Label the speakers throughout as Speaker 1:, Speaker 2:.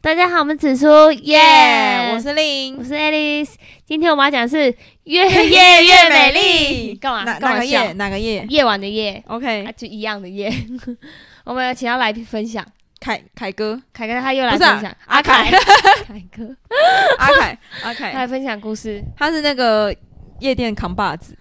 Speaker 1: 大家好，我们紫苏耶
Speaker 2: 我是
Speaker 1: 我
Speaker 2: 令，
Speaker 1: 是 Alice，今天我们要讲的是越
Speaker 2: 夜
Speaker 1: 越美丽，干嘛
Speaker 2: 哪
Speaker 1: 干
Speaker 2: 哪
Speaker 1: 嘛
Speaker 2: 个夜？
Speaker 1: 笑？
Speaker 2: 哪个夜
Speaker 1: 夜晚的夜，啊，
Speaker 2: ？OK，
Speaker 1: 就一样的夜。 我们有请到来宾分享，
Speaker 2: 凯凯哥，
Speaker 1: 凯哥他又来
Speaker 2: 不是啊
Speaker 1: 分享，
Speaker 2: 阿凯，哎
Speaker 1: 凯哥
Speaker 2: 阿凯，
Speaker 1: 他
Speaker 2: 阿凯，
Speaker 1: 来分享故事，
Speaker 2: 他是那个夜店扛把子，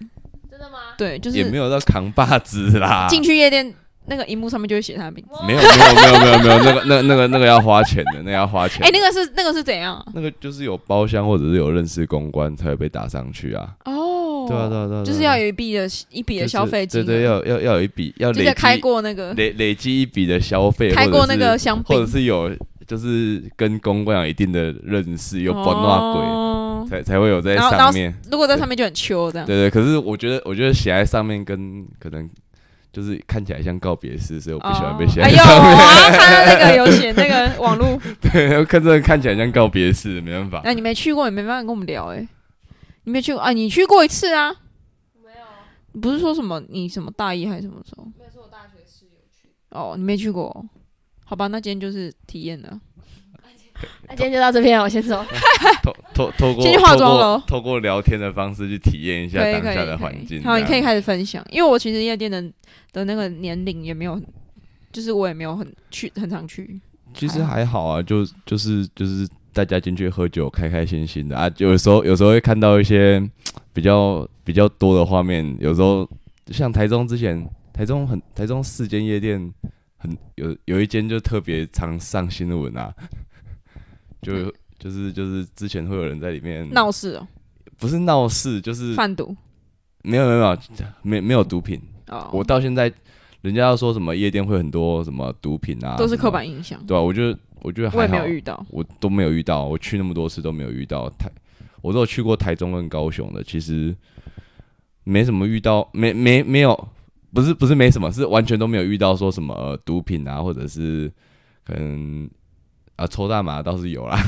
Speaker 1: 真的吗？
Speaker 2: 对，就
Speaker 3: 也没
Speaker 2: 是
Speaker 3: 有到扛把子啦，
Speaker 2: 进去夜店那个荧幕上面就会写他的名字。
Speaker 3: 没有没有没有没有没有那个那那个那个要花钱的，那个要花钱。
Speaker 2: 哎，那个是那个是怎样啊？
Speaker 3: 那个就是有包厢或者是有认识公关才会被打上去啊。
Speaker 2: 哦，
Speaker 3: 对啊对啊对啊，
Speaker 2: 就是要有一笔的一笔
Speaker 3: 你
Speaker 2: 的消费金额，
Speaker 3: 对对，要要要有一笔要
Speaker 2: 就
Speaker 3: 累
Speaker 2: 是开
Speaker 3: 积
Speaker 2: 过那个
Speaker 3: 累累积一笔的消费，
Speaker 2: 开过那
Speaker 3: 或者
Speaker 2: 个
Speaker 3: 是
Speaker 2: 香
Speaker 3: 或者
Speaker 2: 槟，
Speaker 3: 是有就是跟公关有一定的认识，有本纳鬼
Speaker 2: 哦
Speaker 3: 才才会有在
Speaker 2: 然后然
Speaker 3: 上
Speaker 2: 后
Speaker 3: 面。
Speaker 2: 如果在上面就很秋这样。
Speaker 3: 对对，可是我觉得，我觉得写在上面跟可能就是看起来像告别式，所以我不喜欢被写
Speaker 2: 哦
Speaker 3: 在
Speaker 2: 哎呦，
Speaker 3: 上
Speaker 2: 我
Speaker 3: 面。
Speaker 2: 要看到那个有写那个网络，
Speaker 3: 对， 看这个看起来像告别式，没办法。
Speaker 2: 那、哎你没去过，也没办法跟我们聊哎、你没去过啊？你去过一次啊？没有。不是说什么你什么大一还是什么时候？没有，是我大学室友去。哦，你没去过哦，好吧？那今天就是体验了。
Speaker 1: 那今天就到这边了，我先走。
Speaker 3: 透透透过
Speaker 2: 先去化妆
Speaker 3: 透过
Speaker 2: 咯
Speaker 3: 透过聊天的方式去体验一下
Speaker 2: 可以
Speaker 3: 当
Speaker 2: 可以
Speaker 3: 下的
Speaker 2: 可
Speaker 3: 环境。
Speaker 2: 以。好，你可以
Speaker 3: 看。
Speaker 2: 开始分享，因为我其实夜店的的那个年龄也没有很，就是我也没有很去很常去。
Speaker 3: 其实还好啊，就就是就是大家进去喝酒，开开心心的啊。有时候有时候会看到一些嘖比较比较多的画面，有时候就像台中之前，台中很台中四间夜店很有有一间就特别常上新闻啊， 就就是就是之前会有人在里面
Speaker 2: 闹事哦，
Speaker 3: 不是闹事，嗯就是
Speaker 2: 贩毒
Speaker 3: 没有没有没有没没有毒品。
Speaker 2: 哦，
Speaker 3: 我到现在，人家要说什么夜店会很多什么毒品啊，
Speaker 2: 都是
Speaker 3: 什么
Speaker 2: 刻，板印象，
Speaker 3: 对啊，我觉得我觉得还
Speaker 2: 我也没有
Speaker 3: 好
Speaker 2: 遇到。
Speaker 3: 我都没有遇到，我去那么多次都没有遇到台，我都有去过台中跟高雄的，其实没什么遇到，没没没有，不是不是没什么，是完全都没有遇到说什么、呃毒品啊，或者是可能啊抽大麻倒是有啦，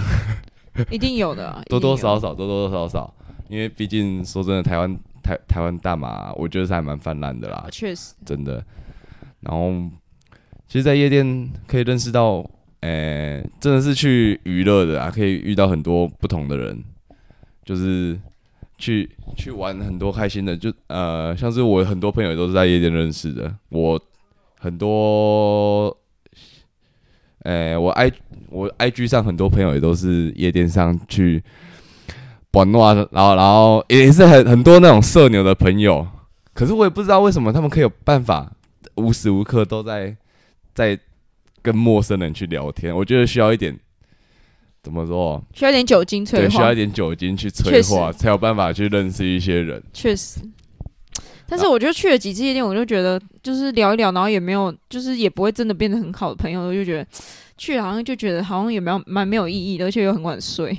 Speaker 2: 一定有的啊，
Speaker 3: 多多
Speaker 2: 一定有
Speaker 3: 少少多多少少，因为毕竟说真的，台湾台台湾大麻我觉得是还蛮泛滥的啦
Speaker 2: 啊，，确实
Speaker 3: 真的。然后，其实，在夜店可以认识到，诶、真的是去娱乐的啊，可以遇到很多不同的人，就是去去玩很多开心的。就呃，像是我很多朋友都是在夜店认识的，我很多，诶、我 i 我 IG 上很多朋友也都是夜店上去。玩闹，然后然后也是很很多那种社牛的朋友，可是我也不知道为什么他们可以有办法无时无刻都在在跟陌生人去聊天。我觉得需要一点怎么说？
Speaker 2: 需要一点酒精催
Speaker 3: 对，需
Speaker 2: 化
Speaker 3: 要一，点酒精去催
Speaker 2: 确实
Speaker 3: 化，才有办法去认识一些人。
Speaker 2: 确实。
Speaker 3: 啊
Speaker 2: 但是我就去了几次夜店，我就觉得就是聊一聊，然后也没有，就是也不会真的变得很好的朋友，我就觉得去了好像就觉得好像也没有蛮没有意义的，而且又很晚睡。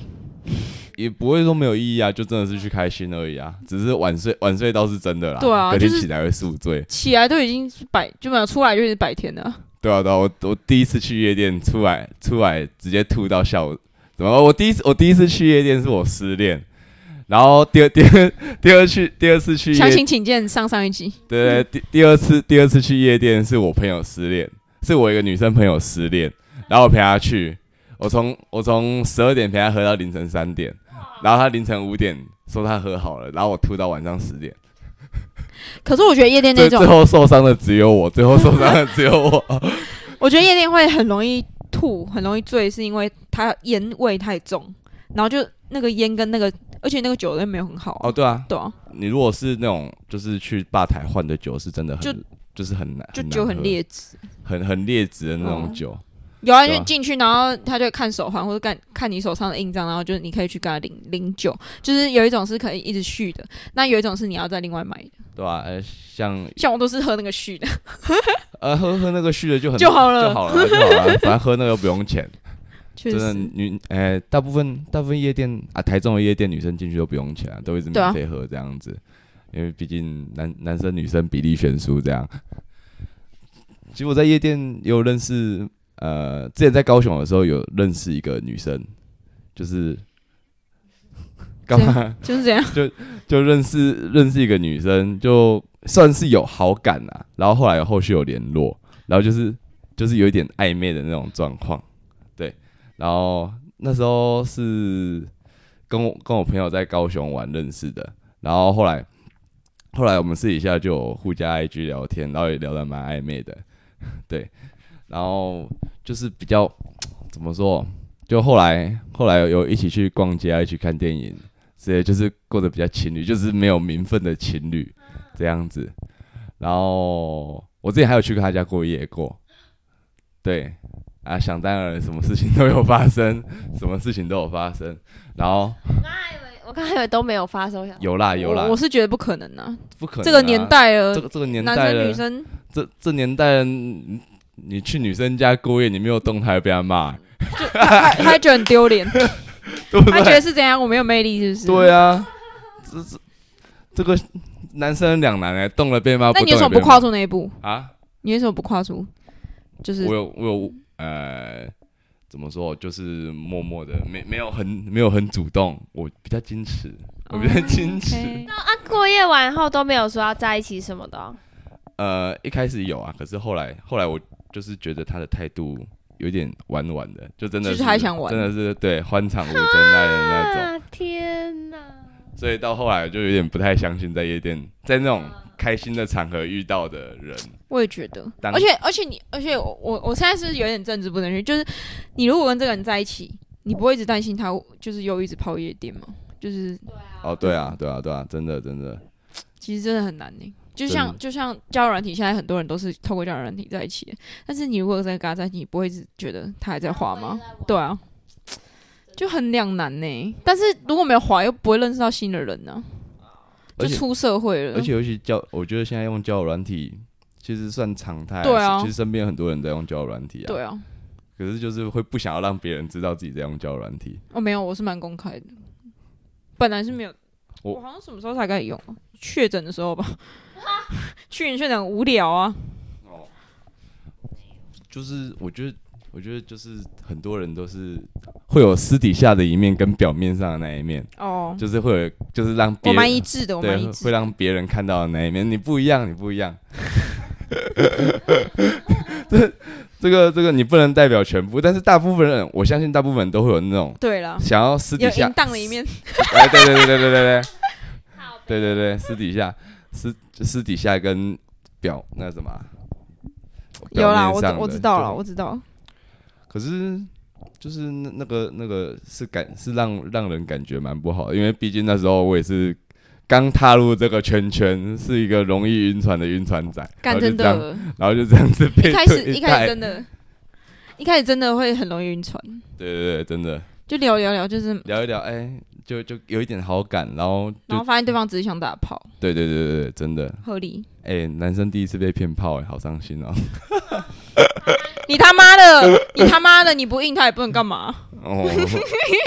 Speaker 3: 也不会说没有意义啊，就真的是去开心而已啊。只是晚睡，晚睡倒是真的啦。
Speaker 2: 对啊
Speaker 3: 隔天
Speaker 2: 就是
Speaker 3: 起来会宿醉。
Speaker 2: 起来都已经是白，基本上出来就是白天 了。
Speaker 3: 对啊，对啊，我我第一次去夜店，出来出来直接吐到下午。怎么？我第一次我第一次去夜店是我失恋，然后第二第二第二去第二次去夜
Speaker 2: 详
Speaker 3: 店。
Speaker 2: 情请见上上一集。
Speaker 3: 对，
Speaker 2: 嗯
Speaker 3: 第第二次第二次去夜店是我朋友失恋，是我一个女生朋友失恋，然后我陪她去，我从我从十二点陪她喝到凌晨三点，然后她凌晨五点说她喝好了，然后我吐到晚上十点，
Speaker 2: 可是我觉得夜店那
Speaker 3: 最
Speaker 2: 种
Speaker 3: 最，后受伤的只 有我，最后受伤的只有我，
Speaker 2: 我觉得夜店会很容易吐，很容易醉，是因为它烟味太重，然后就那个烟跟那个，而且那个酒又没有很好、
Speaker 3: 哦对啊，
Speaker 2: 对啊，
Speaker 3: 你如果是那种就是去吧台换的酒是真的很
Speaker 2: 就
Speaker 3: 就是很难，
Speaker 2: 就
Speaker 3: 难
Speaker 2: 酒
Speaker 3: 喝
Speaker 2: 很劣质。
Speaker 3: 很很劣质的那种酒，
Speaker 2: 有啊，
Speaker 3: 对
Speaker 2: 就
Speaker 3: 啊
Speaker 2: 进去，然后他就会看手环或者看看你手上的印章，然后就是你可以去跟他领领酒，就是有一种是可以一直续的，那有一种是你要再另外买的。
Speaker 3: 对吧、呃，像
Speaker 2: 像我都是喝那个续的，
Speaker 3: 呃喝喝那个续的就很
Speaker 2: 就好了
Speaker 3: 就好了就好了，反正喝那个不用钱。
Speaker 2: 确
Speaker 3: 真的
Speaker 2: 实，
Speaker 3: 女，哎、大部分大部分夜店啊，台中的夜店女生进去都不用钱、啊，都一直
Speaker 2: 对啊
Speaker 3: 免费喝这样子，因为毕竟男男生女生比例悬殊这样。其实我在夜店也有认识，呃，之前在高雄的时候有认识一个女生，就是干嘛？
Speaker 2: 就是这样。
Speaker 3: 就认识认识一个女生，就算是有好感啦、然后后来有后续有联络，然后就是就是有一点暧昧的那种状况，对。然后那时候是跟我跟我朋友在高雄玩认识的，然后后来后来我们私底下就有互加 IG 聊天，然后也聊得蛮暧昧的，对，然后就是比较怎么说，就后来后来有一起去逛街，啊一起看电影，之类，就是过得比较情侣，就是没有名分的情侣
Speaker 2: 嗯
Speaker 3: 这样子。然后我之前还有去过他家过夜过，对啊，想当然什么事情都有发生，什么事情都有发生。然后
Speaker 1: 我刚才以为都没有发生，我想
Speaker 3: 有哎啦有啦
Speaker 2: 我，我是觉得不可能啊，
Speaker 3: 不可能啊、
Speaker 2: 这个年代了
Speaker 3: 这，个这个年
Speaker 2: 男
Speaker 3: 代
Speaker 2: 生女
Speaker 3: 了，
Speaker 2: 生
Speaker 3: 这这年代了，你你去女生家过夜，你没有动态被他骂，
Speaker 2: 他他觉得很丢脸，
Speaker 3: 对
Speaker 2: 嗯
Speaker 3: 不
Speaker 2: 他觉
Speaker 3: 对？
Speaker 2: 得是怎样我没有魅力是不是？
Speaker 3: 对啊，这这这个男生两难哎、动了被骂，
Speaker 2: 那你为
Speaker 3: 动
Speaker 2: 什
Speaker 3: 了
Speaker 2: 么
Speaker 3: 被
Speaker 2: 不跨
Speaker 3: 骂
Speaker 2: 出那一步？
Speaker 3: 啊？
Speaker 2: 你为什么不跨出？就是
Speaker 3: 我有我有呃，怎么说？就是默默的，没没有很没有很主动，我比较矜持，我比较矜持。
Speaker 2: 哦 OK
Speaker 1: 啊，过夜完后都没有说要在一起什么的哦、
Speaker 3: 呃，一开始有啊，可是后来后来我就是觉得他的态度有点玩玩的，就真的
Speaker 2: 就是还想玩
Speaker 3: 真的是对欢场无真爱的那种，
Speaker 1: 啊，天哪！
Speaker 3: 所以到后来我就有点不太相信在夜店，在那种开心的场合遇到的人，
Speaker 2: 我也觉得，
Speaker 3: 当
Speaker 2: 而且而且你，而且我我我现在是有点政治不正确，就是你如果跟这个人在一起，你不会一直担心他就是又一直泡夜店吗？就是
Speaker 3: 哦，对啊，对啊，对啊，真的真的，
Speaker 2: 其实真的很难呢、就
Speaker 3: 真
Speaker 2: 像
Speaker 3: 的
Speaker 2: 就像交友软体，现在很多人都是透过交友软体在一起的，但是你如果真的跟他在一起，你不会一直觉得他还在滑吗？对啊，就很两难呢、但是如果没有滑，又不会认识到新的人呢、
Speaker 3: 而
Speaker 2: 就
Speaker 3: 且
Speaker 2: 出社会了
Speaker 3: 而。且尤其交，我觉得现在用交友软体其实算常态。
Speaker 2: 对啊
Speaker 3: 其实身边有很多人在用交友软体啊。
Speaker 2: 对啊，
Speaker 3: 可是就是会不想要让别人知道自己在用交友软体。
Speaker 2: 哦，没有，我是蛮公开的，本来是没有，
Speaker 3: 我
Speaker 2: 我好像什么时候才开始用、啊？确诊的时候吧。啊去年确诊很无聊啊，
Speaker 3: 就是我觉得，我觉得就是很多人都是会有私底下的一面跟表面上的那一面，
Speaker 2: 哦，
Speaker 3: 就是会有就是让别
Speaker 2: 我蛮一
Speaker 3: 人
Speaker 2: 致的，我蛮
Speaker 3: 对
Speaker 2: 一
Speaker 3: 会
Speaker 2: 致的。
Speaker 3: 让别人看到的那一面，你不一样，你不一样。 这这个这个你不能代表全部，但是大部分人，我相信大部分人都会有那种
Speaker 2: 对啦，
Speaker 3: 想要私
Speaker 2: 有
Speaker 3: 底下
Speaker 2: 淫荡的一面，
Speaker 3: 哎，对对对对对对对，对对对，私底下私就私底下跟表那什么啊，
Speaker 2: 有啦，
Speaker 3: 表面
Speaker 2: 我知
Speaker 3: 上
Speaker 2: 我
Speaker 3: 的
Speaker 2: 知道
Speaker 3: 就哦
Speaker 2: 了，我知道。
Speaker 3: 可是就是那那个那个是感是让让人感觉蛮不好的，因为毕竟那时候我也是刚踏入这个圈圈，是一个容易晕船的晕船仔，
Speaker 2: 干
Speaker 3: 然后就
Speaker 2: 真
Speaker 3: 这样，
Speaker 2: 的，
Speaker 3: 然后就这样子被
Speaker 2: 一开
Speaker 3: 对
Speaker 2: 始一开
Speaker 3: 待
Speaker 2: 始真的，一开始真的会很容易晕船，
Speaker 3: 对对对，真的
Speaker 2: 就聊聊聊，就是
Speaker 3: 聊一聊，哎、就就有一点好感，然后
Speaker 2: 然
Speaker 3: 就
Speaker 2: 后发现对方只是想打炮，
Speaker 3: 对对对对对，真的，
Speaker 2: 合 理。
Speaker 3: 哎、男生第一次被骗炮、哎，好伤心哦。
Speaker 2: 你他妈的，你他妈的，你不硬他也不能干嘛，
Speaker 3: 哦，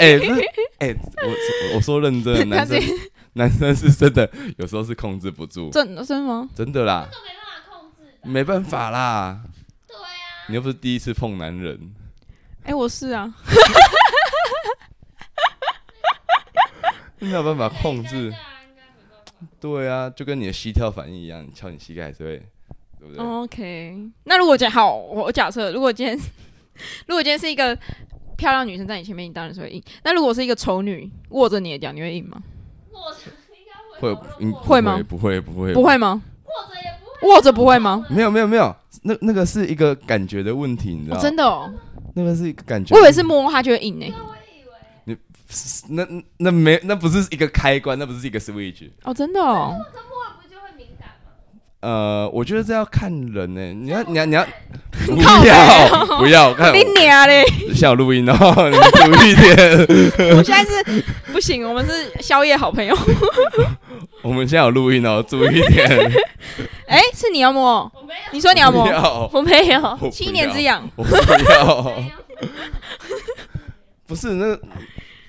Speaker 3: 哎、这哎、我我说认真的，
Speaker 2: 他
Speaker 3: 男
Speaker 2: 这
Speaker 3: 生男生是真的，有时候是控制不住，
Speaker 2: 真的真的吗？
Speaker 3: 真的啦，没办法啦，对啊，你又不是第一次碰男人，
Speaker 2: 哎、我是啊，
Speaker 3: 没有办法
Speaker 2: 欸
Speaker 3: 控
Speaker 2: 啊
Speaker 3: 制，对啊，就跟你的膝跳反应一样，你敲你膝盖还是会，对不
Speaker 2: 哦
Speaker 3: 对？
Speaker 2: OK，那如果假好，我假设如果今天如果今天是一个漂亮女生在你前面，你当然是会硬。那如果是一个丑女握着你的脚，你会硬吗？
Speaker 3: 会嗯
Speaker 2: 会吗
Speaker 3: 不会不会
Speaker 2: 不会吗？握着不会吗？
Speaker 3: 没有没有没有，那那个是一个感觉的问题，你知
Speaker 2: 哦，
Speaker 3: 道吗？
Speaker 2: 真的哦，
Speaker 3: 那个是一个感觉
Speaker 2: 我以，为是摸她就会硬呢、
Speaker 3: 那那没那不是一个开关，那不是一个 switch。
Speaker 2: 哦，真的哦，
Speaker 3: 呃，我觉得这要看人呢、你要，你要，你要，不
Speaker 2: 靠北哦
Speaker 3: 要，不要看
Speaker 2: 你娘嘞！
Speaker 3: 我，像我录音哦， 你注意一点。
Speaker 2: 我现在是不行，我们是宵夜好朋友。
Speaker 3: 我们现在有录音哦，注意一点。
Speaker 2: 哎、是你要摸哦？你说你要摸
Speaker 3: 不？要，
Speaker 1: 我没有，
Speaker 3: 我
Speaker 2: 七
Speaker 3: 不
Speaker 2: 年
Speaker 3: 要
Speaker 2: 之，痒，
Speaker 3: 我 不要。不是那个，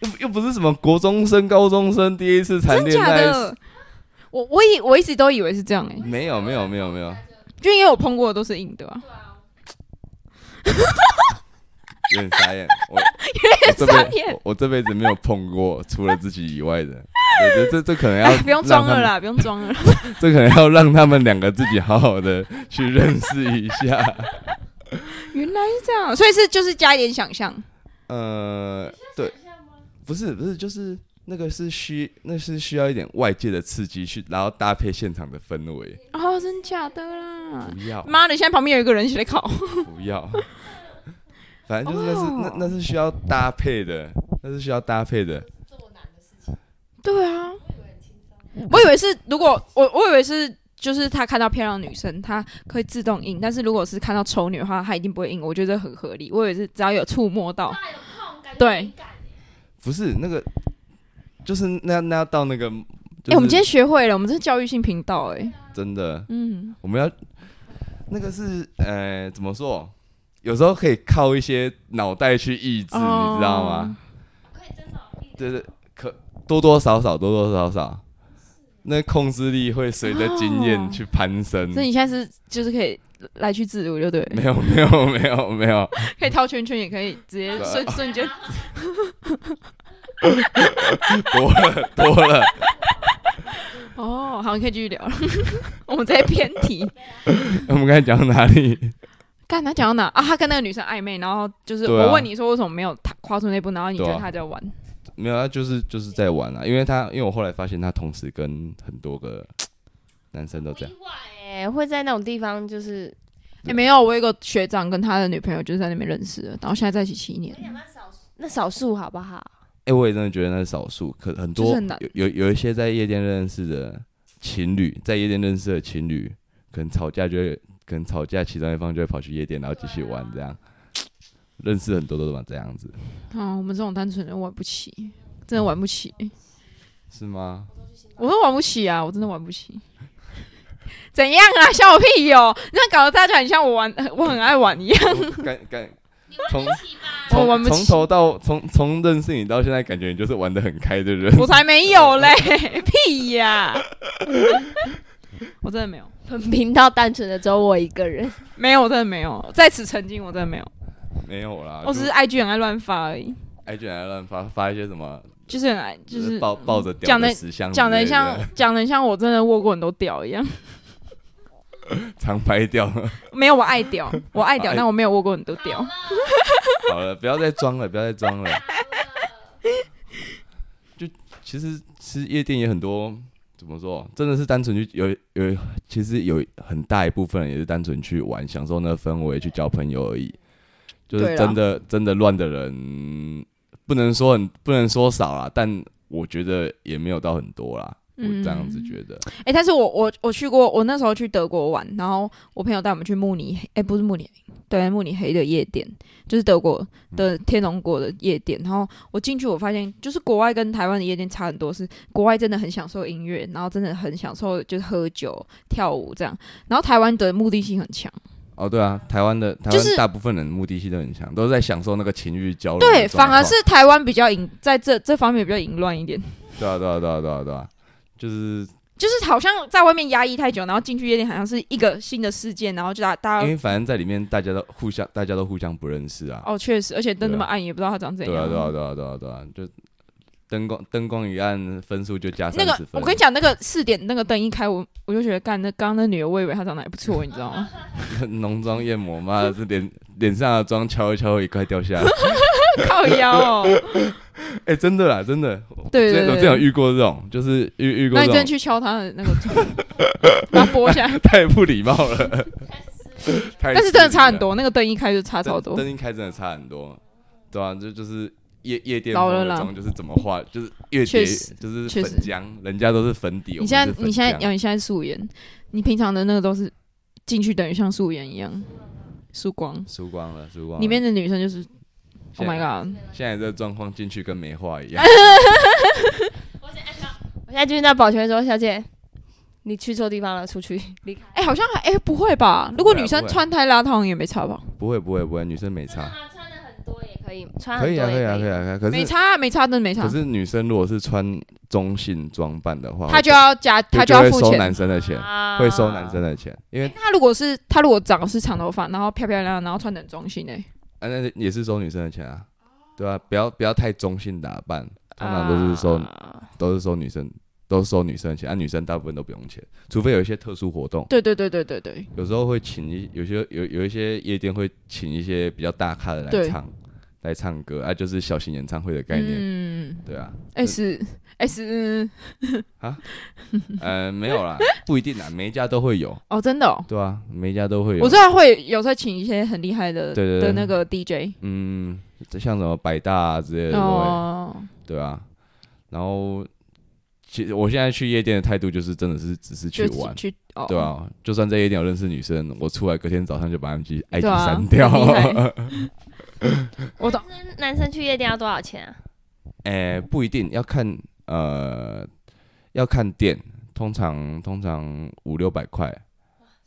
Speaker 3: 又又不是什么国中生、高中生第一次谈
Speaker 2: 真
Speaker 3: 恋
Speaker 2: 假
Speaker 3: 爱，
Speaker 2: 的？我我以我一直都以为是这样哎、
Speaker 3: 没有，没有，没有，没有，
Speaker 2: 就因为我碰过的都是硬的啊。
Speaker 3: 有点傻眼。我我这
Speaker 2: 傻
Speaker 3: 辈
Speaker 2: 眼
Speaker 3: 我我这辈子没有碰过除了自己以外的，我觉得这这可能要
Speaker 2: 哎， 不用装
Speaker 3: 让他
Speaker 2: 了
Speaker 3: 们
Speaker 2: 啦，不用装了。
Speaker 3: 这可能要让他们两个自己好好的去认识一下。
Speaker 2: 原来是这样，所以是就是加一点想象，
Speaker 3: 呃，对，不是不是，就是那个是需那是需要一点外界的刺激去，然后搭配现场的氛围。
Speaker 2: 哦，真假的啊啦！
Speaker 3: 不要
Speaker 2: 妈的，现在旁边有一个人一起来考，
Speaker 3: 不要，反正就是那是、
Speaker 2: 哦
Speaker 3: 那那是需要搭配的，那是需要搭配的。
Speaker 2: 对啊，我以为是如果我我以为是就是他看到漂亮女生，他可以自动硬，但是如果是看到丑女的话，他一定不会硬。我觉得这很合理。我以为是只要有触摸到，对
Speaker 1: 敏感
Speaker 3: 不是那个，就是那那要到那个，
Speaker 2: 哎、我们今天学会了，我们这是教育性频道、哎，
Speaker 3: 真的
Speaker 2: 嗯，
Speaker 3: 我们要那个是呃怎么说？有时候可以靠一些脑袋去抑制，
Speaker 2: 哦
Speaker 3: 你知道吗？对对，可多多少少，多多少少，那控制力会随着经
Speaker 2: 哦
Speaker 3: 验去攀升。
Speaker 2: 所以你现在是就是可以来去自如，就对了，
Speaker 3: 没有没有 没有没有，
Speaker 2: 可以套圈圈，也可以直接
Speaker 3: 对啊
Speaker 2: 瞬瞬间。
Speaker 3: 多了多了。
Speaker 2: 哦，好，你可以继续聊了。 我们在偏题。
Speaker 3: 我们刚才讲到哪里？
Speaker 2: 刚才讲到哪啊？他跟那个女生暧昧，然后就是
Speaker 3: 对啊
Speaker 2: 我问你说为什么没有踏跨出那一步，然后你觉
Speaker 3: 对
Speaker 2: 得
Speaker 3: 啊
Speaker 2: 他在玩？
Speaker 3: 没有，他就是就是在玩啊，因为他因为我后来发现他同时跟很多个男生都这样，
Speaker 1: 意外哎，会在那种地方就是
Speaker 2: 哎、没有，我有一个学长跟他的女朋友就是在那边认识的，然后现在在一起七年。
Speaker 1: 那少数好不好？
Speaker 3: 哎、我也真的觉得那是少数，可很
Speaker 2: 就是
Speaker 3: 多
Speaker 2: 很难
Speaker 3: 有有有一些在夜店认识的情侣，在夜店认识的情侣，可能吵架就会，可能吵架其中一方就会跑去夜店，然后继续玩这样。认识很多都嘛这样子，
Speaker 2: 啊，我们这种单纯人玩不起，真的玩不起。
Speaker 3: 是吗？
Speaker 2: 我都玩不起啊，我真的玩不起。怎样啊？笑我屁哟、那搞得大家很像我玩，呃我很爱玩一样。
Speaker 3: 感感从
Speaker 2: 我玩
Speaker 3: 从
Speaker 2: 不起
Speaker 3: 从头到从从认识你到现在，感觉你就是玩的很开的人。
Speaker 2: 我才没有嘞，屁呀、我真的没有，
Speaker 1: 本频道单纯的只有我一个人，
Speaker 2: 没有，我真的没有，在此澄清，我真的没有，
Speaker 3: 没有啦，哎
Speaker 2: 我只是 IG 很爱乱发而已，
Speaker 3: 爱卷来乱发发一些什么，
Speaker 2: 就是很爱，就是
Speaker 3: 抱抱着屌
Speaker 2: 讲得
Speaker 3: 的石像之
Speaker 2: 讲的
Speaker 3: 类的，
Speaker 2: 像讲的像我真的握过很多屌一样。
Speaker 3: 长拍掉。
Speaker 2: 没有，我爱屌，我爱屌，
Speaker 3: 爱
Speaker 2: 但我没有握过很多屌。
Speaker 3: 好了，不要再装了，不要再装 了。就其实其实夜店也很多，怎么说？真的是单纯去有有，其实有很大一部分人也是单纯去玩，享受那个氛围，去交朋友而已。就是
Speaker 2: 对啦
Speaker 3: 真的真的乱的人，不能说很不能说少啦，但我觉得也没有到很多啦。我
Speaker 2: 嗯
Speaker 3: 这样子觉得，
Speaker 2: 哎、但是我我我去过，我那时候去德国玩，然后我朋友带我们去慕尼黑，哎、不是慕尼黑，对，慕尼黑的夜店，就是德国的天龙国的夜店。然后我进去，我发现就是国外跟台湾的夜店差很多，是国外真的很享受音乐，然后真的很享受就是喝酒跳舞这样，然后台湾的目的性很强。
Speaker 3: 哦，对啊，台湾的台
Speaker 2: 就是
Speaker 3: 湾大部分人目的性都很强，都是在享受那个情欲交流的状
Speaker 2: 对，
Speaker 3: 况。
Speaker 2: 反而是台湾比较淫，在这这方面比较淫乱一点，
Speaker 3: 对啊，对啊，对啊，对啊，对啊，就是
Speaker 2: 就是好像在外面压抑太久，然后进去夜店好像是一个新的世界，然后就大大
Speaker 3: 因
Speaker 2: 家
Speaker 3: 为反正在里面大家都互相，大家都互相不认识啊。
Speaker 2: 哦，确实，而且灯那么
Speaker 3: 对啊
Speaker 2: 暗，也不知道它长怎
Speaker 3: 对
Speaker 2: 样。
Speaker 3: 啊，对啊，对啊，对啊，对啊，就灯光灯光一暗，分数就加
Speaker 2: 那
Speaker 3: 三
Speaker 2: 个
Speaker 3: 十分。
Speaker 2: 我跟你讲，那个四点那个灯一开，我我就觉得干，那刚刚那女的，我以为她长得还不错，你知道 吗？
Speaker 3: 讲， 浓妆艳抹，妈的，这脸脸上的妆敲一敲，一块掉 下来。
Speaker 2: 靠腰 哦，
Speaker 3: 哎，真的啦，真的，我
Speaker 2: 对
Speaker 3: 之前
Speaker 2: 对
Speaker 3: 我
Speaker 2: 对
Speaker 3: 之前有
Speaker 2: 对。
Speaker 3: 遇过这种，就是遇遇过
Speaker 2: 那你
Speaker 3: 这
Speaker 2: 真的
Speaker 3: 种，
Speaker 2: 去敲她的那个头，把它拨下来，
Speaker 3: 太不礼貌了。 太
Speaker 2: 但是真的差很
Speaker 3: 失礼了，
Speaker 2: 多，那个灯一开就差超
Speaker 3: 灯
Speaker 2: 多。
Speaker 3: 灯一开真的差很多，对啊，这就是。夜夜店
Speaker 2: 老
Speaker 3: 风
Speaker 2: 了
Speaker 3: 的
Speaker 2: 啦
Speaker 3: 妆就是怎么画，就是越
Speaker 2: 确
Speaker 3: 叠
Speaker 2: 实
Speaker 3: 就是
Speaker 2: 确
Speaker 3: 粉
Speaker 2: 实
Speaker 3: 浆，人家都是粉底。我
Speaker 2: 你
Speaker 3: 们
Speaker 2: 现
Speaker 3: 是
Speaker 2: 在
Speaker 3: 粉
Speaker 2: 你现在哦
Speaker 3: 浆
Speaker 2: 要你现在素颜，你平常的那个都是进去等于像素颜一样，素光。
Speaker 3: 输光了，输光了。
Speaker 2: 里面的女生就是
Speaker 3: 现
Speaker 2: ，Oh
Speaker 3: 在
Speaker 2: my god，
Speaker 3: 现在这个状况进去跟没话一样。
Speaker 1: 我现在就是在保全说，小姐，你去错地方了，出去离开。
Speaker 2: 哎、好像还哎、不会吧？如果
Speaker 3: 不会啊
Speaker 2: 女生
Speaker 3: 不会
Speaker 2: 穿太邋遢好像也没差吧？
Speaker 3: 不会不会不会，女生没差，
Speaker 1: 啊，穿的很多也可以，穿
Speaker 3: 可以啊可以啊可以
Speaker 1: 啊。
Speaker 3: 啊可以啊。可
Speaker 2: 没
Speaker 3: 是
Speaker 2: 差啊，没差，真的没差
Speaker 3: 可。是女生如果是穿中性装扮的话，
Speaker 2: 他就要加，
Speaker 3: 就
Speaker 2: 他
Speaker 3: 就
Speaker 2: 要
Speaker 3: 会
Speaker 2: 付
Speaker 3: 收
Speaker 2: 钱。
Speaker 3: 男生的钱，
Speaker 1: 啊
Speaker 3: 会收男生的钱，因为
Speaker 2: 他如果是他如果长的是长头发，然后漂漂亮亮，然后穿得很中性哎诶、
Speaker 3: 啊那也是收女生的钱啊，对啊，不要不要太中性打扮，通常都是收
Speaker 1: 啊
Speaker 3: 都是收女生都是收女生的钱，啊女生大部分都不用钱，除非有一些特殊活动，
Speaker 2: 对对对对对对，
Speaker 3: 有时候会请一有些有有一些夜店会请一些比较大咖的
Speaker 2: 对
Speaker 3: 来唱，来唱歌啊，就是小型演唱会的概念，
Speaker 2: 嗯
Speaker 3: 对啊，
Speaker 2: ，S S
Speaker 3: 呃，没有啦，不一定啦，每一家都会有，
Speaker 2: 哦，真的哦，
Speaker 3: 对啊，每一家都会有，
Speaker 2: 我知道会有在请一些很厉害的
Speaker 3: 对对对
Speaker 2: 的那个 DJ
Speaker 3: 嗯，像什么百大啊之类的都会，
Speaker 2: 哦，
Speaker 3: 对啊，然后其实我现在去夜店的态度就是真的是只是去
Speaker 2: 就
Speaker 3: 玩，
Speaker 2: 去哦，
Speaker 3: 对啊，就算在夜店有认识女生，我出来隔天早上就把 M G I G
Speaker 2: 对啊
Speaker 3: 删掉
Speaker 2: 很厉害，我懂，
Speaker 1: 男生男生去夜店要多少钱啊？
Speaker 3: 哎、
Speaker 2: 嗯
Speaker 3: 不一定要看呃，要看店，通常通常五六百块。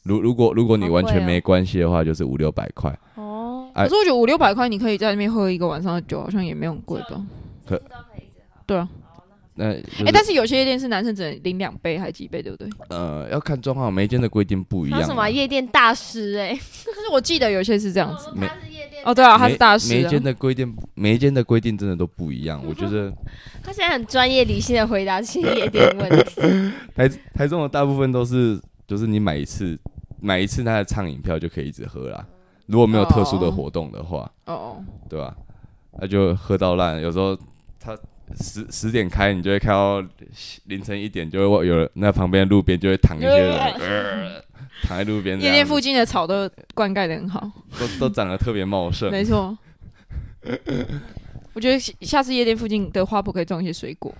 Speaker 3: 如如果如果你
Speaker 1: 好
Speaker 3: 完
Speaker 1: 贵
Speaker 3: 全
Speaker 1: 哦
Speaker 3: 没关系的话，就是五六百块。
Speaker 1: 哦，
Speaker 3: 哎
Speaker 2: 可是我觉得五六百块你可以在那边喝一个晚上的酒，好像也没有很贵吧？
Speaker 3: 可
Speaker 2: 对啊，
Speaker 3: 那、就是
Speaker 2: 哎，但是有些店是男生只能领两杯还几杯，对不对？
Speaker 3: 呃，要看状况，每一间的规定不一
Speaker 1: 还
Speaker 3: 样
Speaker 1: 有
Speaker 3: 啊。
Speaker 1: 什么夜店大师哎？
Speaker 2: 但是我记得有些是这样子。
Speaker 3: 没
Speaker 1: 他是夜店
Speaker 2: 哦，对啊，他
Speaker 3: 每
Speaker 2: 是大师
Speaker 3: 每一
Speaker 2: 啊。
Speaker 3: 间的规定，每一间的规定真的都不一 样。我觉得
Speaker 1: 他现在很专业理性的回答这些夜店问题。
Speaker 3: 台台中的大部分都是，就是你买一次，买一次他的畅饮票就可以一直喝啦。如果没有特殊的
Speaker 2: 哦
Speaker 3: 活动的话，
Speaker 2: 哦，
Speaker 3: 对吧、那就喝到烂。有时候他十十点开，你就会看到凌晨一点，就会有人那旁边路边就会躺一些人，呃躺在路边这
Speaker 2: 夜
Speaker 3: 样，
Speaker 2: 店附近的草都灌溉的很 好，
Speaker 3: 都都长得特别茂盛。
Speaker 2: 没错。我觉得下下次夜店附近的花圃可以种一些水果。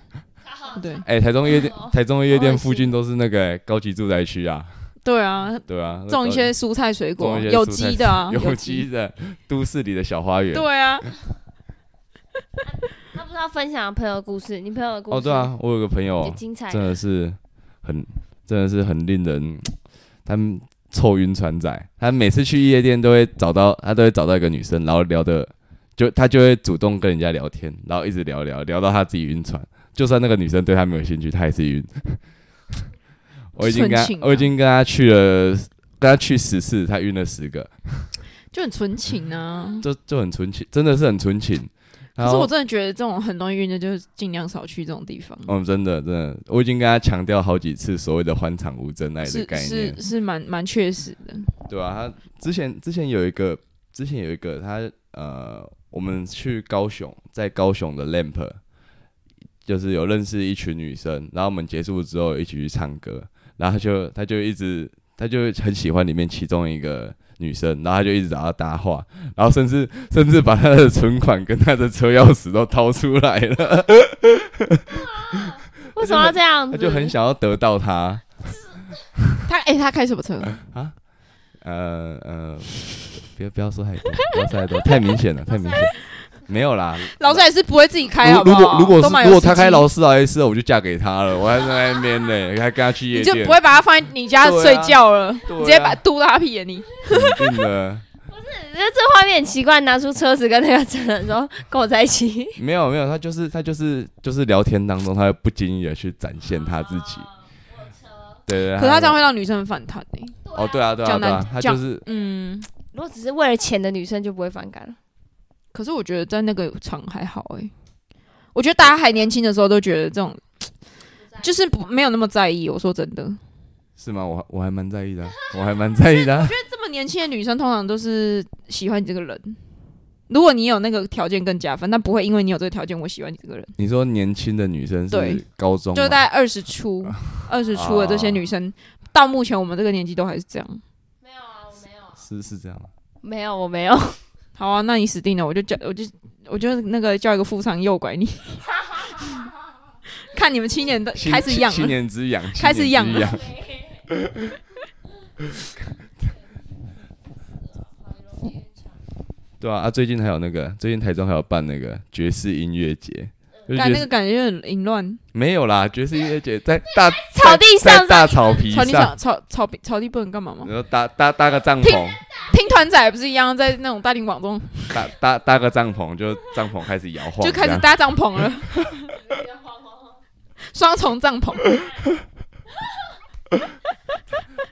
Speaker 2: 对
Speaker 3: 哎、台中夜店，
Speaker 2: 哦
Speaker 3: 台中
Speaker 1: 好
Speaker 3: 夜
Speaker 1: 恶
Speaker 3: 店
Speaker 1: 心
Speaker 3: 附近都是那个、哎高级住宅区啊，
Speaker 2: 对啊，
Speaker 3: 对啊，
Speaker 2: 种一
Speaker 3: 高
Speaker 2: 些蔬菜水果，
Speaker 3: 种一些
Speaker 2: 有
Speaker 3: 蔬菜
Speaker 2: 机的 啊，
Speaker 3: 有机。的都市里的小花园。
Speaker 2: 对啊，
Speaker 1: 他不知道分享朋友的故事，你朋友的故事
Speaker 3: 哦，对，啊，哦我有个朋
Speaker 1: 也
Speaker 3: 友，
Speaker 1: 精彩
Speaker 3: 真。的是很，真的是很令人，他们臭晕船仔。他每次去夜店都会找到，他都会找到一个女生，然后聊的，就他就会主动跟人家聊天，然后一直聊聊聊到他自己晕船。就算那个女生对他没有兴趣，他还是晕。我已经跟
Speaker 2: 纯情啊
Speaker 3: 他，我已经跟他去了，跟他去十次，他晕了十个，
Speaker 2: 就很纯情啊。
Speaker 3: 就就很纯情，真的是很纯情。
Speaker 2: 可
Speaker 3: 然
Speaker 2: 是
Speaker 3: 后
Speaker 2: 我真的觉得这种很容易晕的，就是尽量少去这种地方。
Speaker 3: 嗯，真的，真的，我已经跟他强调好几次所谓的“欢场无真爱”的
Speaker 2: 是
Speaker 3: 概念
Speaker 2: 是，是蛮蛮确实的，
Speaker 3: 对吧、啊？他之前之前有一个，之前有一个他呃，我们去高雄，在高雄的 Lamp，就是有认识一群女生，然后我们结束之后一起去唱歌，然后他就他就一直他就很喜欢里面其中一个女生，然后他就一直找她搭话，然后甚至甚至把他的存款跟他的车钥匙都掏出来了，
Speaker 1: 为什么要这样
Speaker 3: 他
Speaker 1: 子？
Speaker 3: 就很想要得到她。
Speaker 2: 他哎、他开什么车？
Speaker 3: 啊
Speaker 2: 啊
Speaker 3: 呃 呃，不要不要说太多，不要说太多，太明显了，太明显。没有啦，
Speaker 2: 劳斯莱斯不会自己开好不
Speaker 3: 如
Speaker 2: 好？
Speaker 3: 如果如
Speaker 2: 都
Speaker 3: 果
Speaker 2: 买
Speaker 3: 是
Speaker 2: 有
Speaker 3: 如果他
Speaker 2: 司机
Speaker 3: 开劳斯莱斯，我就嫁给他了，我还在那边呢，还跟他去夜
Speaker 2: 你就
Speaker 3: 店，
Speaker 2: 不会把它放在你家
Speaker 3: 对啊
Speaker 2: 睡觉了，直接把
Speaker 3: 对
Speaker 2: 嘟到他屁眼里。
Speaker 3: 啊肯定的，
Speaker 1: 你觉得这画面很奇怪，拿出车子跟那个真人说跟我在一起。
Speaker 3: 没有没有，他就是他就是就是聊天当中，他会不经意的去展现他自己。对对，啊
Speaker 2: 可是他这样会让女生很反弹欸呢、
Speaker 3: 哦，对啊对啊
Speaker 2: 讲
Speaker 3: 对啊
Speaker 2: 难，
Speaker 3: 他
Speaker 2: 讲
Speaker 3: 就是
Speaker 2: 嗯，
Speaker 1: 如果只是为了钱的女生就不会反感了。
Speaker 2: 可是我觉得在那个场还好哎、我觉得大家还年轻的时候都觉得这种，就是不没有那么在意。我说真的，
Speaker 3: 是吗？我还我还蛮在意的啊，我还蛮在意的啊。
Speaker 2: 这么年轻的女生通常都是喜欢你这个人。如果你有那个条件更加分，但不会因为你有这个条件我喜欢你这个人。
Speaker 3: 你说年轻的女生
Speaker 2: 对
Speaker 3: 是高中
Speaker 2: 就是
Speaker 3: 吗
Speaker 2: 大概二十出、二十出的这些
Speaker 3: 啊
Speaker 2: 女生，到目前我们这个年纪都还是这样。
Speaker 1: 啊
Speaker 3: 是是这样吗？
Speaker 1: 没有，啊我 没有。
Speaker 2: 好啊，那你死定了！我就叫，我就我就那个叫一个富商诱拐你， 看你们七年的
Speaker 3: 七
Speaker 2: 开始养
Speaker 3: 七
Speaker 2: 了，
Speaker 3: 年之痒，
Speaker 2: 开始
Speaker 3: 七
Speaker 2: 痒
Speaker 3: 年之
Speaker 2: 了
Speaker 3: 痒。对啊，啊，最近还有那个，最近台中还有办那个爵士音乐节，就
Speaker 2: 感
Speaker 3: 爵
Speaker 2: 啊那
Speaker 3: 士
Speaker 2: 个感觉很淫乱，
Speaker 3: 没有啦，爵士音乐节在 大
Speaker 1: 草地
Speaker 3: 在
Speaker 1: 上
Speaker 3: 在大草皮
Speaker 2: 草地
Speaker 3: 上，
Speaker 2: 上草草地草地不能干嘛吗？
Speaker 3: 然后搭搭搭个帐
Speaker 2: 听
Speaker 3: 篷，
Speaker 2: 听团仔不是一样在那种大庭广众
Speaker 3: 搭搭搭个帐篷，就帐篷开始摇晃，
Speaker 2: 就开
Speaker 3: 这
Speaker 2: 始
Speaker 3: 样
Speaker 2: 搭帐篷了， 双重帐 篷，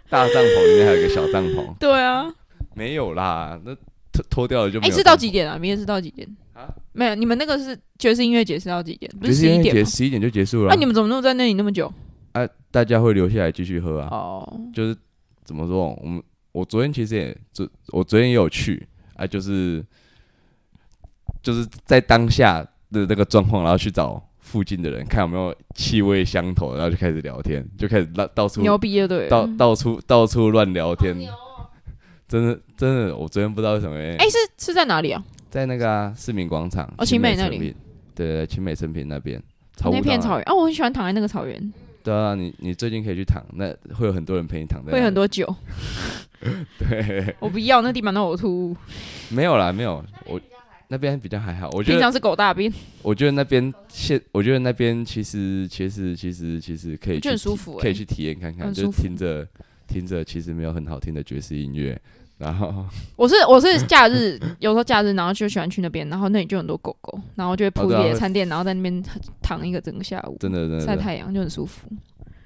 Speaker 3: 大帐篷里面还有一个小帐篷，
Speaker 2: 对啊，
Speaker 3: 没有啦，那脱脱掉了就没
Speaker 2: 哎，
Speaker 3: 有。
Speaker 2: 是到？几点啊？明天是到几点
Speaker 3: 啊？
Speaker 2: 没有，你们那个是爵士音乐节是到几点？不
Speaker 3: 爵
Speaker 2: 是
Speaker 3: 士
Speaker 2: 十
Speaker 3: 音
Speaker 2: 一
Speaker 3: 乐
Speaker 2: 点
Speaker 3: 节
Speaker 2: 吗？
Speaker 3: 十一点就结束了啊
Speaker 2: 那，你们怎么都在那里那么久？
Speaker 3: 大家会留下来继续喝啊。
Speaker 2: 哦，
Speaker 3: 就是怎么说，我们我昨天其实也昨我昨天也有去啊，就是就是在当下的那个状况，然后去找附近的人看有没有气味相投，然后就开始聊天，就开始到到处
Speaker 2: 牛逼了对了。嗯
Speaker 3: 到到处到处乱聊天，真的真的，我昨天不知道为什么原因，
Speaker 2: 哎、是是在哪里啊？
Speaker 3: 在那个啊市民广场，
Speaker 2: 哦
Speaker 3: 青
Speaker 2: 青美
Speaker 3: 成
Speaker 2: 那里
Speaker 3: 品，对对，对青美成品那边，草
Speaker 2: 那
Speaker 3: 悟
Speaker 2: 片
Speaker 3: 道
Speaker 2: 草
Speaker 3: 啊，
Speaker 2: 原啊，我很喜欢躺在那个草原，
Speaker 3: 对啊，你你最近可以去躺，那会有很多人陪你躺在，
Speaker 2: 会很，多酒。
Speaker 3: 对，
Speaker 2: 我不要，那地板都呕吐物，
Speaker 3: 没有啦，没有，我那边比较还好，我觉
Speaker 2: 平
Speaker 3: 得
Speaker 2: 常是狗大便，
Speaker 3: 我觉得那边现，我觉得那边其实其实其实其实可以
Speaker 2: 我
Speaker 3: 去体，
Speaker 2: 觉得很舒服欸
Speaker 3: 可以去体验看看，
Speaker 2: 很
Speaker 3: 就
Speaker 2: 舒服
Speaker 3: 是听着听着其实没有很好听的爵士音乐，然 后
Speaker 2: 我是我是假日，有时候假日，然后就喜欢去那边，然后那里就很多狗狗，然后就会
Speaker 3: 哦
Speaker 2: 铺
Speaker 3: 对啊
Speaker 2: 野
Speaker 3: 会
Speaker 2: 餐垫，然后在那边躺一个整个下午，
Speaker 3: 真的真的
Speaker 2: 晒
Speaker 3: 真的
Speaker 2: 太阳就很舒服。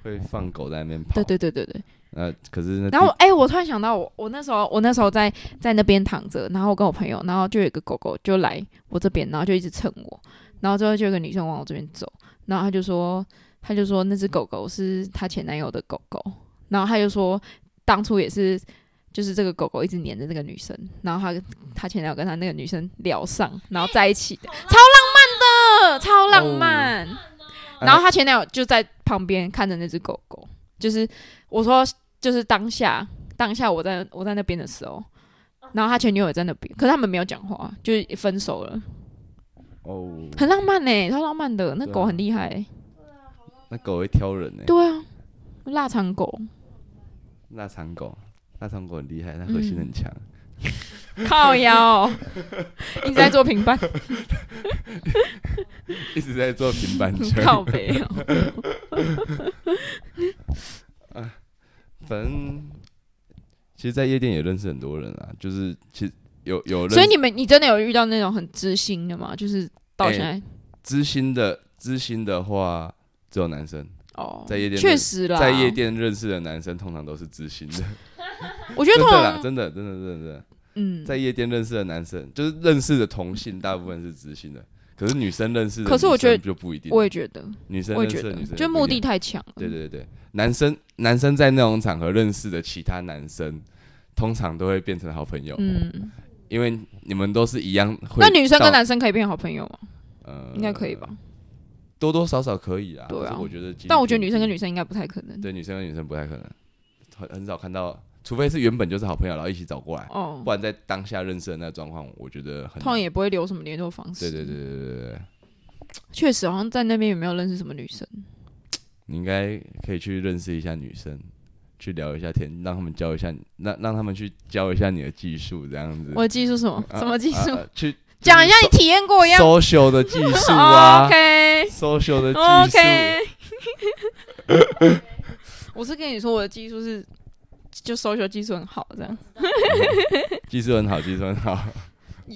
Speaker 3: 会放狗在那边跑，
Speaker 2: 对对对对对。
Speaker 3: 那可是那
Speaker 2: 然后哎、我突然想到我，我那时候我那时候在在那边躺着，然后我跟我朋友，然后就有一个狗狗就来我这边，然后就一直蹭我，然后最后就有个女生往我这边走，然后她就说，她就说那只狗狗是她前男友的狗狗，然后她就说当初也是。就是这个狗狗一直黏着这个女生，然后她她前男友跟她那个女生聊上，然后在一起的，超浪漫的，超哦
Speaker 3: 哦
Speaker 2: 浪漫。哦
Speaker 3: 哎
Speaker 2: 然后她前男友就在旁边看着那只狗狗，就是我说就是当下当下我在我在那边的时候，然后她前女友也在那边，可是他们没有讲话，就是分手了，
Speaker 3: 哦，
Speaker 2: 很浪漫呢、欸超浪漫的，那
Speaker 3: 对啊
Speaker 2: 狗很厉害欸、
Speaker 3: 那狗会挑人呢、欸
Speaker 2: 对啊，腊肠狗，
Speaker 3: 腊肠狗，腊肠狗很厉害，它核心很强。
Speaker 2: 嗯 靠腰，一直在做平板，
Speaker 3: 一直在做平板车。
Speaker 2: 靠 北哦、
Speaker 3: 反正其实，在夜店也认识很多人啊，就是其实有有认识
Speaker 2: 所以你们你真的有遇到那种很知心的吗？就是
Speaker 3: 哎
Speaker 2: 到现在、
Speaker 3: 知心的知心的话，只有男生
Speaker 2: 哦，
Speaker 3: 在夜店
Speaker 2: 确实啦，
Speaker 3: 在夜，店认识的男生通常都是知心 的，
Speaker 2: 我觉得
Speaker 3: 真
Speaker 2: 通
Speaker 3: 的啦，
Speaker 2: 常
Speaker 3: 真的真的真的真的，
Speaker 2: 啊嗯，
Speaker 3: 在夜店认识的男生就是认识的同性，大部分是知心的。可是女生认识的，
Speaker 2: 可是我觉得
Speaker 3: 就不一定，
Speaker 2: 我也觉得，
Speaker 3: 女生
Speaker 2: 我也
Speaker 3: 认
Speaker 2: 觉
Speaker 3: 识
Speaker 2: 得
Speaker 3: 的女生
Speaker 2: 就
Speaker 3: 不一
Speaker 2: 目
Speaker 3: 定
Speaker 2: 的太强了，
Speaker 3: 对对对，男生男生在那种场合认识的其他男生，通常都会变成好朋友，
Speaker 2: 嗯，
Speaker 3: 因为你们都是一样会
Speaker 2: 那女生跟
Speaker 3: 到
Speaker 2: 男生可以变好朋友吗？
Speaker 3: 呃
Speaker 2: 应该可以吧？
Speaker 3: 多多少少可以啊。
Speaker 2: 对啊
Speaker 3: 可是我觉得几率
Speaker 2: 但我觉得女生跟
Speaker 3: 低
Speaker 2: 女生应该不太可能。
Speaker 3: 对女生跟女生不太可能，很很少看到，除非是原本就是好朋友，然后一起找过来，
Speaker 2: 哦
Speaker 3: 不，然在当下认识的那个状况，我觉得很
Speaker 2: 通常也不会留什么联络方式。
Speaker 3: 对对对对对对，
Speaker 2: 确实好像在那边也没有认识什么女生。
Speaker 3: 你应该可以去认识一下女生。去聊一下天，让他们教一下你，让让他们去教一下你的技术，这样子。
Speaker 2: 我的技术是什么？什么技术？
Speaker 3: 啊啊啊去
Speaker 2: 讲一下你体验过一样。
Speaker 3: social 的技术
Speaker 2: o
Speaker 3: 啊
Speaker 2: k
Speaker 3: ，social 的技术。
Speaker 2: OK。我 是跟你说，我的技术是就 social 技术很好，这样
Speaker 3: 技术很好，技术很好，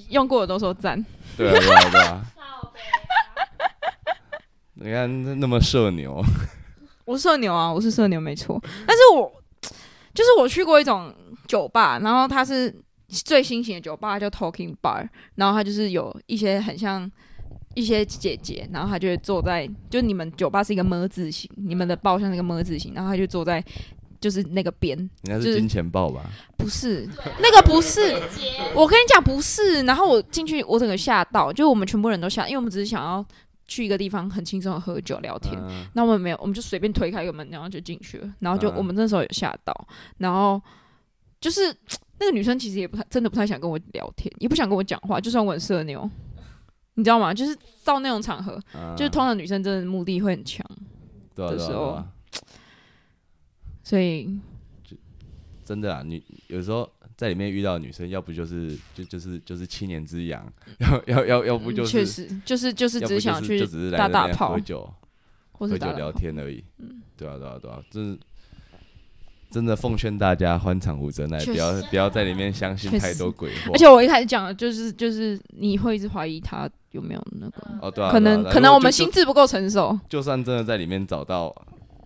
Speaker 2: 用过的都说赞。
Speaker 3: 对啊，对啊，对啊。你看那那么社牛，
Speaker 2: 我是社牛啊，我是社牛没错。但是我就是我去过一种酒吧，然后它是最新型的酒吧，叫 Talking Bar，然后它就是有一些很像一些姐姐，然后她就会坐在，就你们酒吧是一个么字形，你们的包厢是一个么字形，然后她就坐在就是那个边，
Speaker 3: 你那
Speaker 2: 就是是
Speaker 3: 金钱豹吧？
Speaker 2: 不是那个不是，我跟你讲不是。然后我进去，我整个吓到，就我们全部人都吓，因为我们只是想要去一个地方很轻松的喝酒聊天，
Speaker 3: 嗯
Speaker 2: 那我们没有，我们就随便推开一个门，然后就进去了。然后就、
Speaker 3: 嗯
Speaker 2: 我们那时候有吓到，然后就是那个女生其实也不太真的不太想跟我聊天，也不想跟我讲话，就算我很社牛，你知道吗？就是到那种场合，
Speaker 3: 嗯
Speaker 2: 就是通常女生真的目的会很强，
Speaker 3: 对啊
Speaker 2: 的
Speaker 3: 对啊
Speaker 2: 时
Speaker 3: 对
Speaker 2: 候
Speaker 3: 啊，
Speaker 2: 所以
Speaker 3: 真的啊，女有时候在里面遇到的女生，要不就是就就是就是七年之痒，要要要要不就
Speaker 2: 嗯
Speaker 3: 是
Speaker 2: 确、实就是就是
Speaker 3: 要不
Speaker 2: 只
Speaker 3: 就是
Speaker 2: 想去
Speaker 3: 就只是来
Speaker 2: 打
Speaker 3: 那
Speaker 2: 打
Speaker 3: 边
Speaker 2: 炮
Speaker 3: 喝酒
Speaker 2: 或
Speaker 3: 喝
Speaker 2: 是
Speaker 3: 酒
Speaker 2: 打嗯
Speaker 3: 聊
Speaker 2: 打
Speaker 3: 天而已。对啊对啊对啊，真是真的奉劝大家欢场无真爱，
Speaker 2: 确
Speaker 3: 不要不要在里面相信
Speaker 2: 确
Speaker 3: 太多
Speaker 2: 实
Speaker 3: 鬼话
Speaker 2: 而。且我一开始讲的就是就是你会一直怀疑他有没有那个，
Speaker 3: 哦，对啊，
Speaker 2: 可
Speaker 3: 对啊
Speaker 2: 能
Speaker 3: 对啊
Speaker 2: 可
Speaker 3: 如
Speaker 2: 能
Speaker 3: 果
Speaker 2: 我们
Speaker 3: 就
Speaker 2: 心智不够成熟，
Speaker 3: 就算真的在里面找到，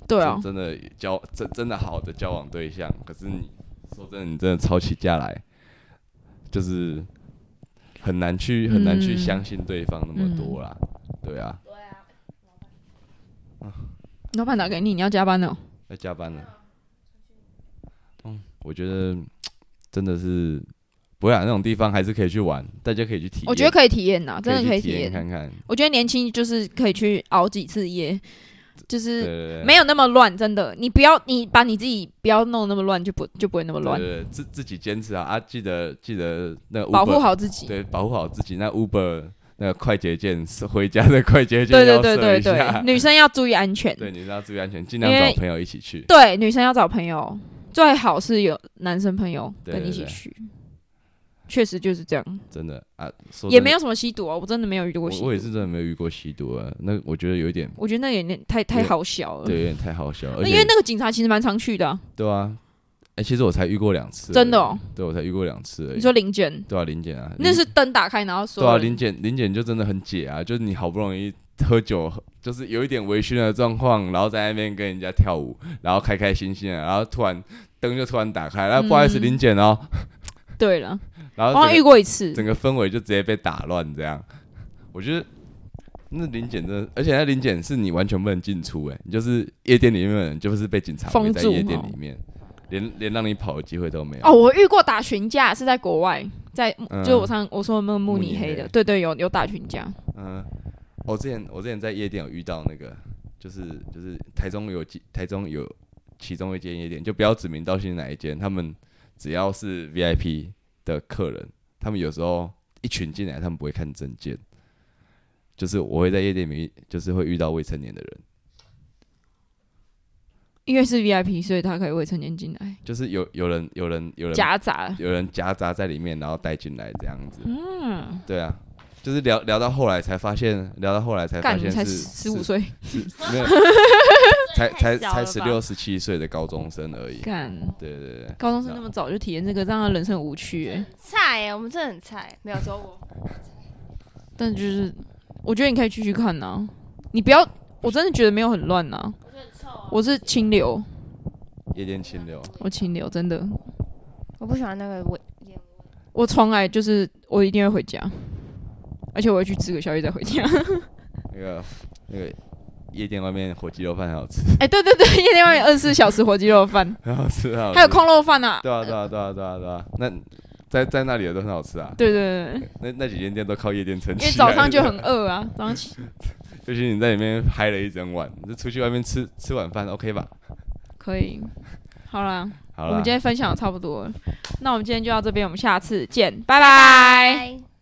Speaker 2: 对啊
Speaker 3: 就，真的交真真的好的交往对象，可是你说真的，你真的吵起架来，就是很难去很难去
Speaker 2: 嗯
Speaker 3: 相信对方那么多啦，对啊，
Speaker 2: 老板打给你，你要加班哦。
Speaker 3: 要加班了。嗯，我觉得真的是不会啊，那种地方还是可以去玩，大家可以去体验。
Speaker 2: 我觉得可以体验呐，啊真的
Speaker 3: 可
Speaker 2: 可以
Speaker 3: 以
Speaker 2: 体
Speaker 3: 去
Speaker 2: 验。
Speaker 3: 看看。
Speaker 2: 我觉得年轻就是可以去熬几次夜，就是
Speaker 3: 对对对，
Speaker 2: 没有那么乱，真的。你不要，你把你自己不要弄那么乱，就不就不会那么
Speaker 3: 对
Speaker 2: 乱。
Speaker 3: 对对自自己坚持啊啊！记得记得那个 Uber,
Speaker 2: 保护好自己。
Speaker 3: 对，保护好自己。那 Uber 那个快捷键是回家的快捷键，
Speaker 2: 对对
Speaker 3: 要
Speaker 2: 对
Speaker 3: 设
Speaker 2: 对
Speaker 3: 一
Speaker 2: 对，
Speaker 3: 下
Speaker 2: 女生要注意安全。
Speaker 3: 对，你要注意安全，尽量
Speaker 2: 因为
Speaker 3: 找朋友一起去。
Speaker 2: 对，女生要找朋友，最好是有男生朋友
Speaker 3: 对
Speaker 2: 跟你一起
Speaker 3: 对对
Speaker 2: 去。确实就是这样，
Speaker 3: 真的啊，说
Speaker 2: 也
Speaker 3: 真的
Speaker 2: 没有什么吸毒哦，我真的没有遇到过吸
Speaker 3: 我
Speaker 2: 毒。
Speaker 3: 我也是真的没有遇过吸毒啊。那我觉得有一点，
Speaker 2: 我觉得那有点太太
Speaker 3: 有
Speaker 2: 好笑了。
Speaker 3: 对，有点太好笑了。而
Speaker 2: 呃那因为
Speaker 3: 且
Speaker 2: 那个警察其实蛮常去的啊、
Speaker 3: 对啊，哎、其实我才遇过两次而已，
Speaker 2: 真的哦。
Speaker 3: 对，我才遇过两次而已。
Speaker 2: 你说零检，
Speaker 3: 对啊，林检啊，
Speaker 2: 那
Speaker 3: 林
Speaker 2: 是灯打开，然后说
Speaker 3: 对啊，林检林检就真的很解啊，就是你好不容易喝酒，就是有一点微醺的状况，然后在那边跟人家跳舞，然后开开心心的，啊然后突然灯就突然打开，然后不好意思，
Speaker 2: 嗯哎
Speaker 3: 林检哦，
Speaker 2: 对了，
Speaker 3: 然
Speaker 2: 我
Speaker 3: 后
Speaker 2: 好像遇
Speaker 3: 整个
Speaker 2: 过一次，
Speaker 3: 整个氛围就直接被打乱，这样，我觉得。那林检真的，而且那林检是你完全不能进出、欸，哎，你就是夜店里面的人，就是被警察围
Speaker 2: 封
Speaker 3: 在
Speaker 2: 住
Speaker 3: 夜店
Speaker 2: 哦
Speaker 3: 里面，连连让你跑的机会都没有。
Speaker 2: 哦，我遇过打群架是在国外，在、
Speaker 3: 嗯
Speaker 2: 就是我上我说的那个慕尼黑
Speaker 3: 慕尼
Speaker 2: 的，
Speaker 3: 黑
Speaker 2: 对对，有有打群架，
Speaker 3: 嗯，我之前我之前在夜店有遇到那个，就是就是台中有几台中有其中一间夜店，就不要指名道姓哪一间，他们只要是 VIP 的客人，他们有时候一群进来，他们不会看证件，就是我会在夜店里面遇，就是会遇到未成年的人，
Speaker 2: 因为是 VIP，所以他可以未成年进来
Speaker 3: 就是有有人有人有人
Speaker 2: 夹杂，
Speaker 3: 有人夹杂在里面，然后带进来这样子，
Speaker 2: 嗯，
Speaker 3: 对啊。就是聊聊到后来才发现，聊到后来才发
Speaker 2: 干
Speaker 3: 现
Speaker 2: 你才
Speaker 3: 是
Speaker 2: 十五
Speaker 3: 是
Speaker 2: 岁，
Speaker 3: 是没有 才 才才十六十七岁的高中生而已。
Speaker 2: 干
Speaker 3: 对对对对，
Speaker 2: 高中生那么早就体验这个，让他人生很无趣、欸，
Speaker 1: 菜耶，我们真的很菜，没有说我。
Speaker 2: 但就是我觉得你可以去去看呐、你不要，我真的觉得没有很啊乱呐、我是清流，
Speaker 3: 夜店清流，
Speaker 2: 我清流真的，
Speaker 1: 我不喜欢那个味，
Speaker 2: 我从来就是我一定会回家，而且我会去吃个宵夜再回家。
Speaker 3: 那个那个夜店外面火鸡肉饭很好吃，
Speaker 2: 哎、对对对，夜店外面二十四小时火鸡肉饭，
Speaker 3: 很好吃，很好吃
Speaker 2: 还有空肉饭啊。
Speaker 3: 对啊对啊对啊对啊对啊，那在在那里的都很好吃啊。
Speaker 2: 对对对对，
Speaker 3: 那那几间店都靠夜店撑
Speaker 2: 因
Speaker 3: 起来
Speaker 2: 为
Speaker 3: 的，
Speaker 2: 早上 就很饿啊，早上起
Speaker 3: 尤其你在里面嗨了一整晚，你就出去外面吃吃晚饭，OK 吧？
Speaker 2: 可以。好啦，
Speaker 3: 好了，
Speaker 2: 我们今天分享的差不多了，那我们今天就到这边，我们下次见，拜拜
Speaker 1: 嗨